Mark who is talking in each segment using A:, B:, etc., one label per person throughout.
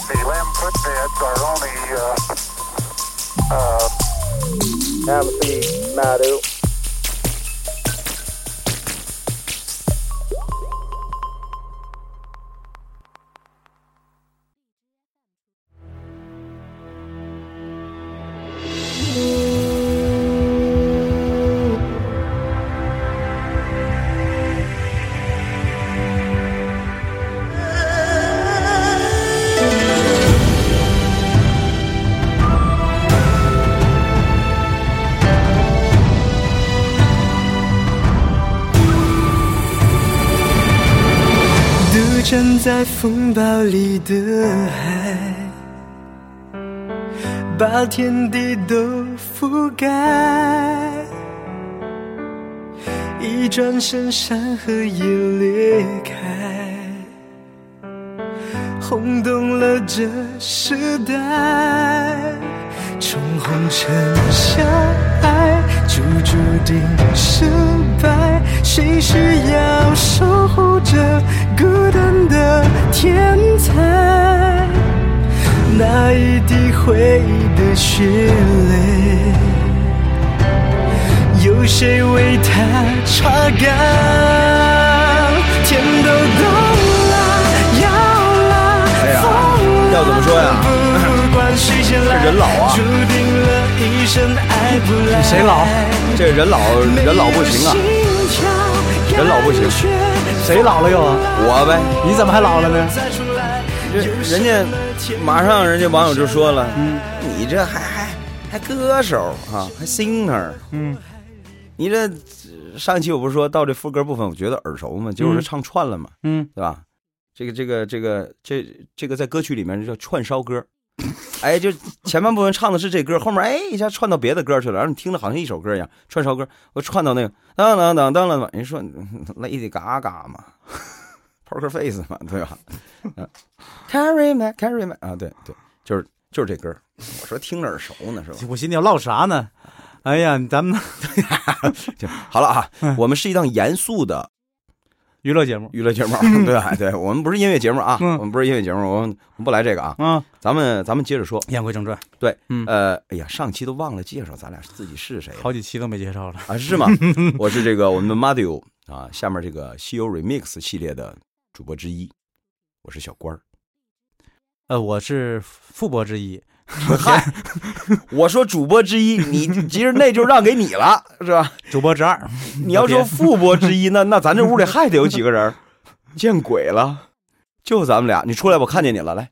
A: quit bids are only, uh, uh,
B: Amity Madu.
C: 独站在风暴里的海，把天地都覆盖。一转身，山河也裂开，轰动了这时代。冲红尘相爱，就注定失败。谁是要守护着孤单的天才？那一滴回忆的血泪，有谁为他擦干？天都动了，摇了，
D: 哎呀
C: 疯了
D: 要怎么说呀？
C: 不管谁先来，
D: 这人老啊
C: 注定了一生爱不来。
E: 谁老
D: 这人老人老不行啊，人老不行
E: 谁老了又啊？
D: 我呗。
E: 你怎么还老了呢？
D: 人人家马上人家网友就说了，
E: 嗯
D: 你这还还还歌手啊，还 singer，
E: 嗯，
D: 你这上期我不是说到这副歌部分，我觉得耳熟嘛，结果是唱串了嘛，
E: 嗯，
D: 对吧？这个这个这个这这个在歌曲里面叫串烧歌，哎，就前半部分唱的是这歌，后面哎一下串到别的歌去了，然后你听着好像一首歌一样，串烧歌，我串到那个当当当当了，人家说 Lady Gaga 嘛，Poker Face 嘛，对吧？Carry me, carry me 啊，对对，就是就是这歌儿，我说听着耳熟呢，是吧？
E: 我寻思你要唠啥呢？哎呀，咱们
D: 就好了啊，
E: 嗯
D: 我们是一档严肃的
E: 娱乐节目
D: 娱乐节目，对吧对，我们不是音乐节目啊，
E: 嗯
D: 我们不是音乐节目，我们我们不来这个啊，
E: 啊，
D: 咱们咱们接着说，
E: 言归正传，
D: 对，
E: 嗯
D: 呃，哎呀，上期都忘了介绍咱俩自己是谁了
E: 好几期都没介绍了。
D: 啊，是吗？我是这个我们的 Mario 啊，下面这个西游 Remix 系列的主播之一，我是小官儿。
E: 呃，我是副播之一，
D: 嗨，我说主播之一，你其实那就让给你了，是吧？
E: 主播之二。
D: 你要说副播之一，那那咱这屋里还得有几个人儿？见鬼了，就咱们俩。你出来，我看见你了。来，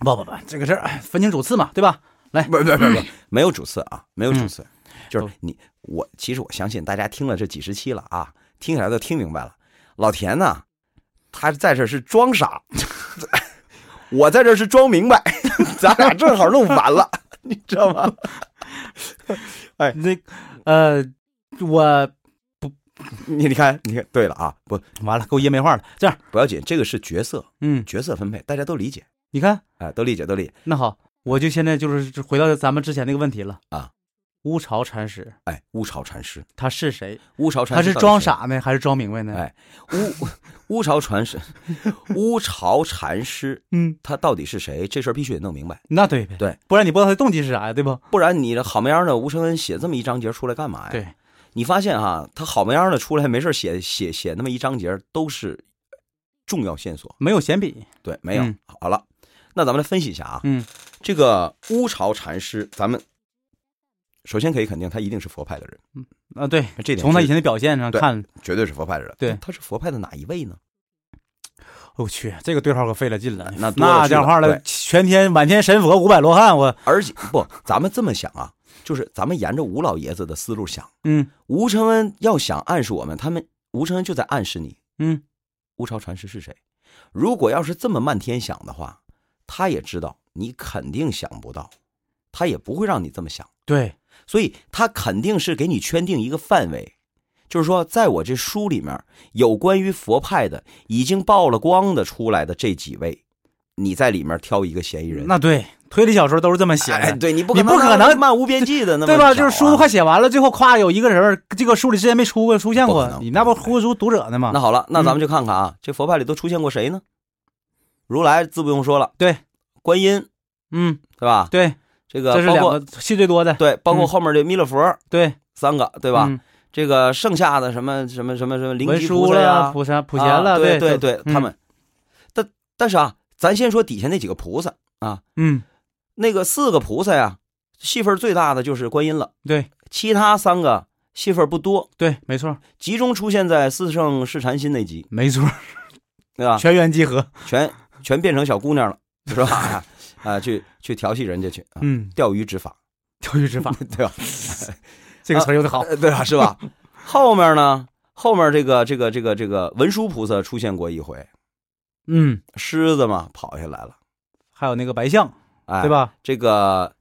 E: 不不不，这个事儿哎分清主次嘛，对吧？
D: 不不不
E: 嗯
D: 不，没有主次啊，没有主次，就是
E: 哦
D: 你我。其实我相信大家听了这几十期了啊，听起来都听明白了。老田呢，他在这是装傻， 我在这是装明白， 咱俩正好弄反了， 你知道吗？哎
E: 那呃，我
D: 你你看，你看，对了啊，不
E: 完了，给我噎没话了。这样，
D: 不要紧，这个是角色
E: 嗯，
D: 角色分配，大家都理解，
E: 你看，
D: 哎，都理解，都理解。
E: 那好，我就现在就是回到咱们之前那个问题了
D: 啊。
E: 乌巢禅师
D: 哎，乌巢禅师，
E: 他是谁？
D: 乌巢禅
E: 他
D: 师
E: 是
D: 到底
E: 装
D: 谁
E: 傻呢，还是装明白呢？
D: 哎乌乌巢禅师， 乌巢禅师
E: 嗯，
D: 他到底是谁？这事儿必须得弄明白，
E: 那对呗，
D: 对，
E: 不然你不知道他的动机是啥呀，对不？
D: 不然你这好模样的吴承恩写这么一章节出来干嘛呀？
E: 对，
D: 你发现哈、他好模样的出来没事儿写写写那么一章节都是重要线索，
E: 没有闲笔，
D: 对，没有。
E: 嗯
D: 好了，那咱们来分析一下啊，
E: 嗯，
D: 这个乌巢禅师，咱们首先可以肯定他一定是佛派的人，
E: 啊，对，
D: 这点
E: 从他
D: 是
E: 以前的表现上
D: 对
E: 看，
D: 绝对是佛派的人。
E: 对
D: 但他是佛派的哪一位呢？
E: 我去，这个对号可费了劲了，
D: 那多了
E: 那
D: 去了
E: 家伙了
D: 对，
E: 全天满天神佛五百罗汉，我
D: 而且不，咱们这么想啊，就是咱们沿着吴老爷子的思路想。
E: 嗯
D: 吴承恩要想暗示我们，他们吴承恩就在暗示你，
E: 嗯，
D: 乌巢禅师是谁？如果要是这么漫天想的话，他也知道你肯定想不到，他也不会让你这么想，
E: 对，
D: 所以他肯定是给你圈定一个范围，就是说，在我这书里面有关于佛派的已经曝了光的出来的这几位，你在里面挑一个嫌疑人。
E: 那对，推理小说都是这么写
D: 哎，
E: 的，
D: 对你不
E: 你不可能
D: 漫无边际的，那么
E: 对
D: 找
E: 吧？就
D: 啊
E: 是书都快写完了，最后夸有一个人儿，这个书里之前没出过出现
D: 不
E: 过
D: 可，能
E: 你那不忽悠读者呢吗
D: 那？好了，那
E: 嗯
D: 咱们就看看啊，这佛派里都出现过谁呢？如来自不用说了，
E: 对，
D: 观音
E: 嗯，
D: 对吧？
E: 对，
D: 这个
E: 这
D: 啊
E: 是
D: 包
E: 两
D: 括
E: 个戏最多的，
D: 对，包括
E: 嗯
D: 后面的弥勒佛
E: 对
D: 三个，对吧？
E: 嗯
D: 这个剩下的什么什么什么什么灵
E: 文
D: 吉
E: 殊
D: 萨
E: 了、
D: 呀、
E: 普贤、普
D: 啊
E: 贤了，
D: 对
E: 对
D: 对，
E: 嗯
D: 他们。但但是啊，咱先说底下那几个菩萨，
E: 嗯，
D: 那个四个菩萨呀，戏份最大的就是观音了，
E: 对
D: 其他三个戏份不多，
E: 对，没错，
D: 集中出现在四圣试禅心那集，
E: 没错，
D: 对吧？
E: 全员集合。
D: 全全变成小姑娘了，是 吧？啊、去去调戏人家去，啊、
E: 嗯，
D: 钓鱼执法，
E: 钓鱼执法
D: 对吧？
E: 这个词儿用的好。
D: 呃对吧？是吧？后面呢？后面这个这个这个这个文殊菩萨出现过一回，
E: 嗯，
D: 狮子嘛跑下来了，
E: 还有那个白象，
D: 哎，
E: 对？吧？
D: 这个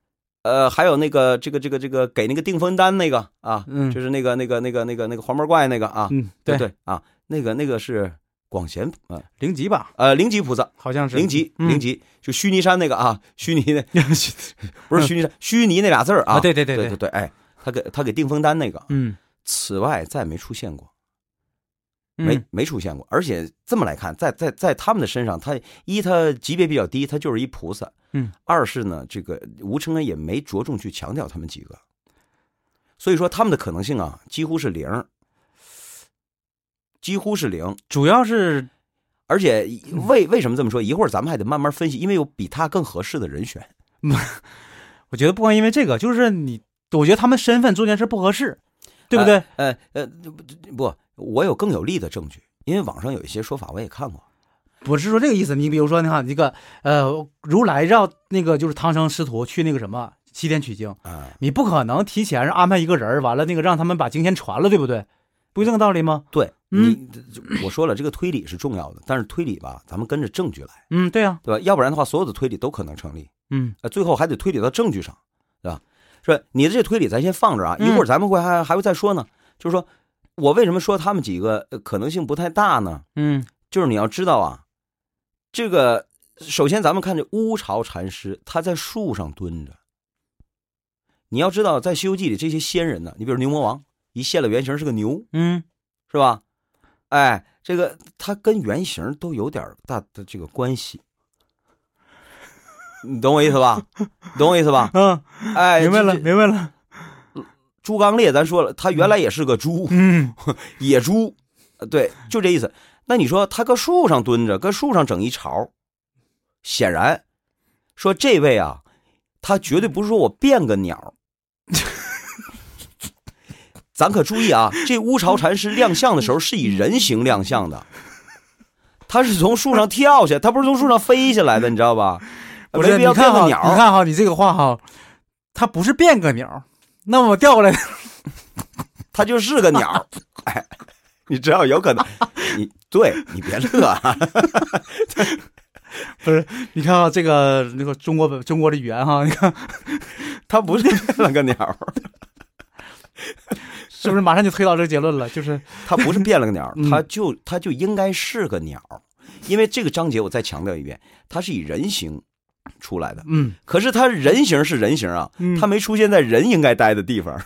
D: 呃，还有那个这个这个这个给那个订婚单那个啊，
E: 嗯
D: 就是那个那个那个那个那个黄毛怪那个啊，
E: 嗯，
D: 对
E: 对，
D: 对啊，那个那个是广贤呃
E: 零级吧，
D: 呃灵吉菩萨，
E: 好像是嗯
D: 灵吉灵
E: 级
D: 吉就须弥山那个啊，须弥那 不是须弥山，须弥那俩字儿啊，
E: 啊，对对对
D: 对对，哎，他给他给订婚单那个，
E: 嗯，
D: 此外再没出现过。没
E: 嗯
D: 没出现过。而且这么来看，在在在他们的身上，他一他级别比较低，他就是一菩萨。
E: 嗯。
D: 二是呢，这个吴承恩也没着重去强调他们几个，所以说他们的可能性啊，几乎是零，几乎是零。
E: 主要是
D: 而且为为什么这么说？一会儿咱们还得慢慢分析，因为有比他更合适的人选。
E: 我觉得不光因为这个，就是你，我觉得他们身份做这件事不合适，对不对？
D: 呃呃，不，我有更有力的证据，因为网上有一些说法我也看过。
E: 我是说这个意思。你比如说，你看那个呃，如来让那个就是唐僧师徒去那个什么西天取经，
D: 啊、
E: 你不可能提前安排一个人儿，完了那个让他们把经先传了，对不对？不就这个道理吗？
D: 对，
E: 嗯
D: 你，就我说了，这个推理是重要的，但是推理吧，咱们跟着证据来。
E: 嗯，对呀、
D: 对吧？要不然的话，所有的推理都可能成立，
E: 嗯，
D: 呃，最后还得推理到证据上，对吧？是吧你的这推理咱先放着啊，一
E: 嗯
D: 会儿咱们会还还会再说呢。就是说我为什么说他们几个呃可能性不太大呢？
E: 嗯
D: 就是你要知道啊，这个首先咱们看这乌巢禅师，他在树上蹲着。你要知道，在《西游记》里这些仙人呢，你比如牛魔王，一现了原形是个牛，
E: 嗯，
D: 是吧？哎，这个它跟原型都有点儿大的这个关系，你懂我意思吧？你懂我意思 吧？
E: 嗯，
D: 哎，
E: 明白了，
D: 这。这
E: 明白了，
D: 猪刚鬣，咱说了，他原来也是个猪，
E: 嗯，
D: 野猪，呃对，就这意思。那你说他搁树上蹲着，搁树上整一巢，显然说这位啊，他绝对不是说我变个鸟儿。 咱可注意啊，这乌巢禅师亮相的时候是以人形亮相的，他是从树上跳下，他不是从树上飞下来的，你知道吧？
E: 不是，
D: 没必
E: 你
D: 要变
E: 看
D: 个
E: 哈，
D: 鸟
E: 你
D: 儿。
E: 看哈，你这个话哈，它不是变个鸟儿，那我调过来，
D: 他就是个鸟儿， 哎，你知道有可能，你对你别乐啊，
E: 你看哈，啊这个那个中国本中国的语言哈，你看
D: 他不是变了个鸟儿，
E: 是不是马上就推导这个结论了？就是
D: 他不是变了个鸟儿，
E: 嗯
D: 他就他就应该是个鸟儿，因为这个章节我再强调一遍，他是以人形出来的，
E: 嗯，
D: 可是他人形是人形啊，
E: 嗯
D: 他没出现在人应该待的地方，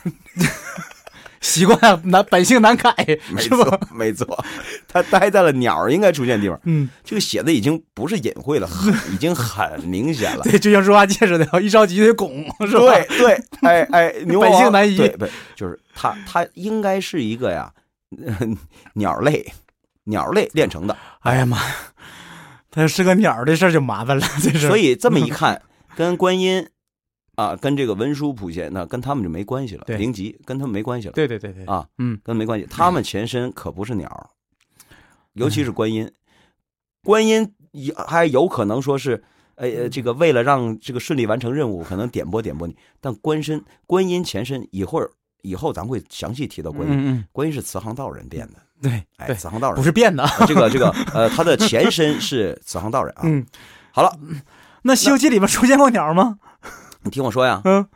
E: 习惯啊难本性难改，
D: 没
E: 是吧？
D: 错没错，他待在了鸟儿应该出现的地方，
E: 嗯，
D: 这个写的已经不是隐晦 了，很已经很明显了。
E: 对，就像猪八戒似的，一着急就 拱， 是吧？
D: 对对，哎 哎，牛魔王
E: 本性难移
D: 对，不就是他，他应该是一个呀， 鸟类，鸟类练成的，
E: 哎呀妈，呀，他是个鸟儿的事儿就麻 烦了，这是。
D: 所以这 么一看，跟观音啊，跟这个文殊普贤呢，跟他们就没关系了，
E: 对
D: 灵吉跟他们没关系了，
E: 对对对对，
D: 啊，
E: 嗯
D: 跟他们没关系，他们前身可不是鸟儿，尤其是观音，观音也还有可能说是。呃呃，这个为了让这个顺利完成任务，可能点拨点拨你，但观身观音前身一会儿以后咱会详细提到观音，
E: 嗯
D: 观音是慈航道人变的，
E: 嗯，对
D: 哎，
E: 对，
D: 慈航道人
E: 不是 变的。
D: 这个这个呃，他的前身是慈航道人啊。
E: 嗯，
D: 好了，
E: 那《西游记》里面出现过鸟吗？
D: 你听我说呀，
E: 嗯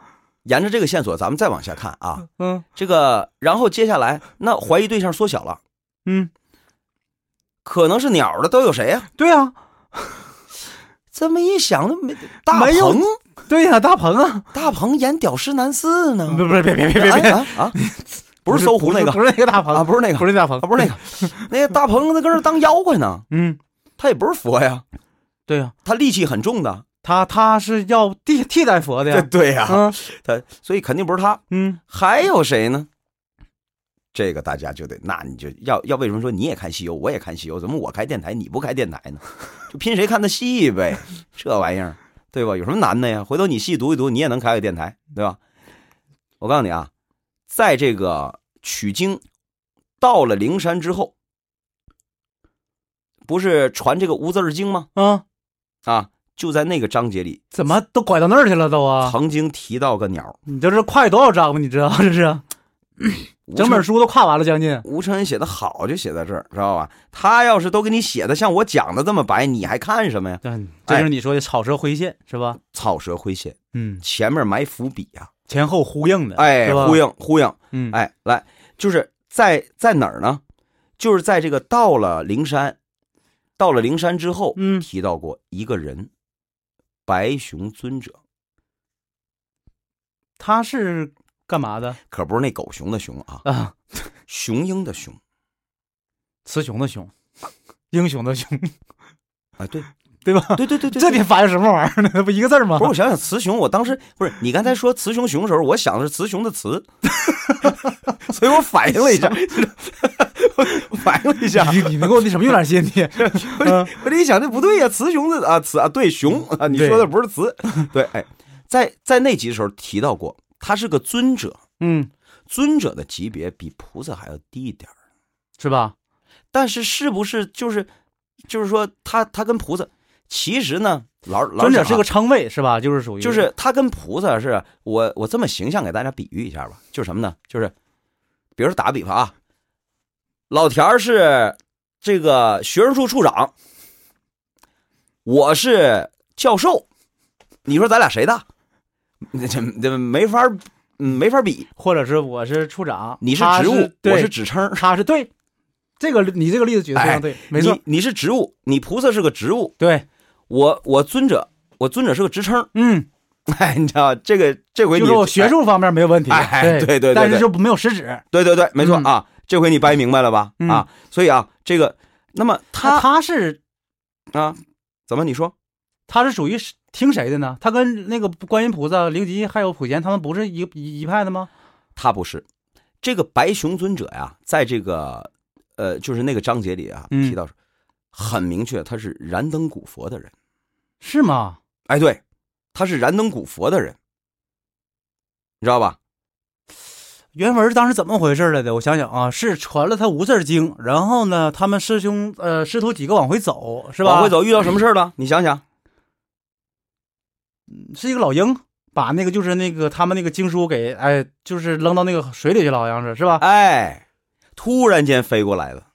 D: 沿着这个线索，咱们再往下看啊。
E: 嗯
D: 这个，然后接下来，那怀疑对象缩小了，
E: 嗯，
D: 可能是鸟的都有谁呀、
E: 对啊，
D: 这么一想，那没大
E: 没有
D: 鹏，
E: 对呀、大鹏啊，
D: 大鹏演屌丝男四呢？
E: 不是，别别别别
D: 哎
E: 别，
D: 啊啊！不是搜狐那个
E: 不是那个大鹏
D: 啊，不是那个，
E: 不是大鹏
D: 啊，，不是那个， 那个大鹏那跟那当妖怪呢，
E: 嗯，
D: 他也不是佛呀，
E: 对呀、啊
D: 他戾气很重的，
E: 他他是要替替代佛的
D: 对对
E: 呀，
D: 呀、
E: 嗯
D: 他所以肯定不是他，
E: 嗯，
D: 还有谁呢？这个大家就得，那你就要要为什么说你也看西游，我也看西游，怎么我开电台你不开电台呢？就拼谁看的戏呗， 这玩意儿对吧？有什么难的呀？回头你细读一读，你也能开个电台，对吧？我告诉你啊，在这个取经到了灵山之后，不是传这个无字儿经吗？
E: 啊，
D: 啊，就在那个章节里
E: 怎么都拐到那儿去了都啊？
D: 曾经提到个鸟，
E: 你这是跨多少章吧？你知道这是整本书都跨完了将近。
D: 吴承恩写的好就写在这儿，知道吧？他要是都给你写的像我讲的这么白，你还看什么呀？
E: 嗯，这就是你说的草蛇灰线是吧？
D: 草蛇灰线，
E: 嗯，
D: 前面埋伏笔啊，
E: 前后呼应的，
D: 哎，
E: 是吧
D: 呼，应呼应，
E: 嗯，
D: 哎，来，就是在在哪儿呢？就是在这个到了灵山，到了灵山之后，
E: 嗯
D: 提到过一个人，白熊尊者，
E: 他是干嘛的
D: 可不是那狗熊的熊啊，
E: 啊？
D: 雄鹰的雄
E: 雌雄的 雄，英雄的雄，
D: 啊，对
E: 对吧？
D: 对对对对，
E: 这
D: 对
E: 得反应什么玩意儿呢？那不一个字儿吗
D: 不？是我想想雌雄，我当时不是你刚才说雌雄雄的时候，我想的是雌雄的雌， 所以我反应了一下，我反应了一下，
E: 你你能给我那什么用点心 你？嗯
D: 我这一想，这不对呀、雌雄的啊，雌啊，对雄啊，你
E: 对
D: 说的不是雌，对，哎，在在那集的时候提到过，他是个尊者，
E: 嗯，
D: 尊者的级别比菩萨还要低一点儿
E: 是吧？
D: 但是是不是就是就是说他他跟菩萨其实呢，老老
E: 尊者
D: 讲啊
E: 是个称谓是吧？就是属于
D: 就是他跟菩萨是我我这么形象给大家比喻一下吧，就是什么呢？就是比如说打个比方啊，老田儿是这个学生处处长，我是教授，你说咱俩谁大？那这这没法儿嗯没法儿比，
E: 或者是我是处长，
D: 你是
E: 他
D: 职务，
E: 对
D: 我是指称儿，
E: 他是对，这个你这个例子举的非
D: 哎
E: 常对，没错，
D: 你你是职务，你菩萨是个职务，
E: 对，
D: 我我尊者我尊者是个职称，
E: 嗯，
D: 哎，你知道这个这回
E: 就
D: 你
E: 是我学术方面没有问题，
D: 哎对对对
E: 但是
D: 对
E: 就没有实质。
D: 对对对，没错
E: 嗯
D: 啊，这回你掰明白了吧？
E: 嗯
D: 啊，所以啊，这个，那么
E: 他
D: 他
E: 他是
D: 啊，怎么你说？
E: 他是属于是听谁的呢？他跟那个观音菩萨、灵吉还有普贤他们不是一一一派的吗？
D: 他不是这个白熊尊者呀，在这个呃，就是那个章节里啊
E: 嗯
D: 提到，很明确他是燃灯古佛的人。
E: 是吗？
D: 哎，对，他是燃灯古佛的人，你知道吧？
E: 原文当时怎么回事来的？我想想啊，是传了他无字儿经，然后呢，他们师兄呃师徒几个往回走，是吧？
D: 往回走遇到什么事儿了？你想想，
E: 是一个老鹰，把那个就是那个他们那个经书给哎，就是扔到那个水里去了，好像是是吧？
D: 哎，突然间飞过来了，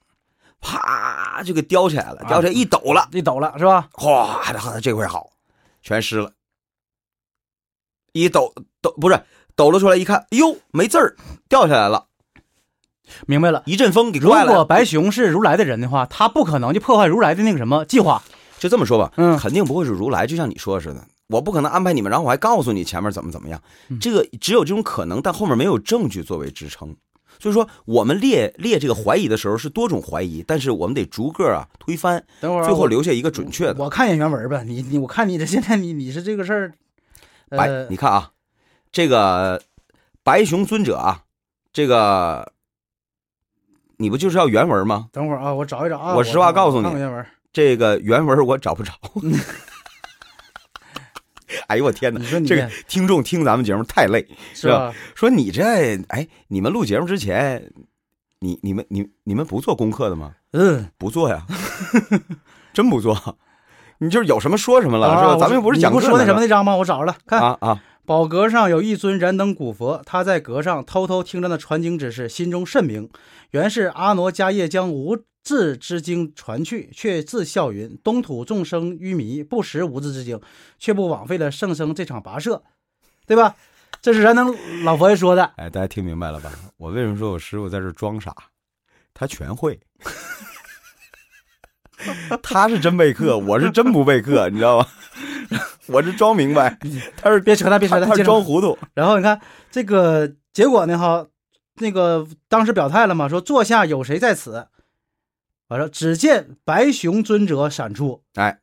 D: 啪就给叼起来了，叼起来
E: 啊
D: 一抖了，
E: 一抖了是吧？
D: 哗，这这回好，全湿了。一抖抖不是抖了出来，一看，哎呦，没字儿，掉下来了，
E: 明白了。
D: 一阵风给
E: 如
D: 刮来
E: 果
D: 了。
E: 白熊是如来的人的话，他不可能就破坏如来的那个什么计划。
D: 就这么说吧，
E: 嗯
D: 肯定不会是如来，就像你说似的，我不可能安排你们，然后我还告诉你前面怎么怎么样，
E: 嗯
D: 这个只有这种可能，但后面没有证据作为支撑。所以说，我们列列这个怀疑的时候是多种怀疑，但是我们得逐个啊推翻，
E: 等会儿啊
D: 最后
E: 我
D: 留下一个准确的。
E: 我看见原文吧，你你我看你这现在你你是这个事儿，
D: 白
E: 呃，，
D: 你看啊，这个白熊尊者啊，这个你不就是要原文吗？
E: 等会儿啊，我找一找啊，
D: 我实话告诉你
E: 看看原文，
D: 这个原文我 找不着。哎呦我天哪
E: 你说！嗯你
D: 这个听众听咱们节目太累，
E: 是吧？
D: 说你这哎，你们录节目之前，你你们你你们不做功课的吗？
E: 嗯，
D: 不做 呀，真不做。你就是有什么说什么了，
E: 啊
D: 是吧？
E: 我
D: 咱们又不是
E: 你
D: 讲
E: 不
D: 课
E: 说那
D: 呢
E: 什么那张吗？我找着了，看
D: 啊啊！
E: 宝阁上有一尊燃灯古佛，他在阁上偷偷听着那传经之事，心中甚明。原是阿傩迦叶将无字之经传去，却自笑云：“东土众生愚迷，不识无字之经，却不枉费了圣僧这场跋涉，对吧？”这是燃灯老佛爷说的。
D: 哎，大家听明白了吧？我为什么说我师傅在这儿装傻？他全会，他是真备课，我是真不备课，你知道吗？ 我是装明 白，他是
E: 别扯淡，别扯
D: 他
E: 淡，
D: 他
E: 接
D: 是
E: 着
D: 装糊涂。
E: 然后你看这个结果呢，哈，那个当时表态了嘛，说坐下有谁在此？完了，只见白熊尊者闪出，
D: 哎，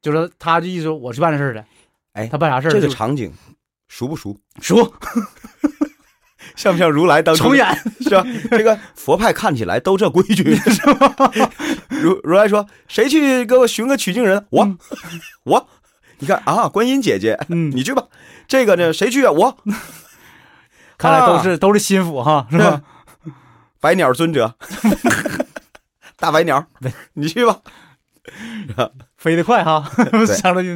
E: 就说他就意思说我去办这事儿去，
D: 哎
E: 他办啥事儿
D: 这个
E: 就
D: 场景熟不熟？
E: 说
D: 像不像如来当初
E: 重演
D: 是吧？这个佛派看起来都这规 矩，是吧？如如来说，谁去给我寻个取经人？我、
E: 嗯
D: 我，你看啊，观音姐姐，
E: 嗯
D: 你去吧。这个呢，谁去啊？我。
E: 看来都
D: 啊
E: 是、都是心腹哈，是吧？
D: 百鸟尊 者，大白鸟，你去吧。
E: 飞得快哈， 想着就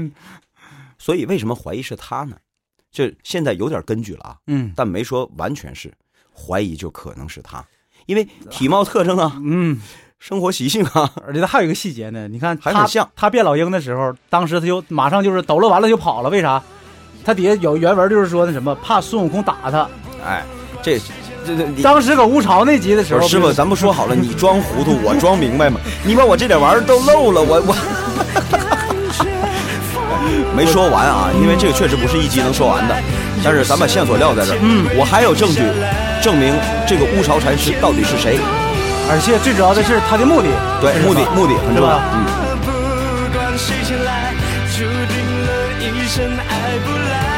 D: 所以为什么怀疑是他呢？这现在有点根据了啊，
E: 嗯
D: 但没说完全是，怀疑就可能是他，因为体貌特征啊，
E: 嗯，
D: 生活习性啊，
E: 而且他还有一个细节呢，你看
D: 还
E: 他
D: 很像
E: 他变老鹰的时候，当时他就马上就是抖落完了就跑了，为啥？他底下有原文就是说那什么，怕孙悟空打他。
D: 哎，这这这你。
E: 当时搁乌巢那集的时
D: 不
E: 候，
D: 是师傅，咱不说好了，你装糊涂，我装明白吗？你把我这点玩意儿都漏了，我 我没说完啊，因为这个确实不是一集能说完的。但是咱把线索撂在这儿，嗯，我还有证据证明这个乌巢禅师到底是谁，
E: 而且最主要的是他的目的，
D: 对，目的目的很重要
E: 是吧，
D: 嗯。
C: 不管谁先来，注定了一生爱不来。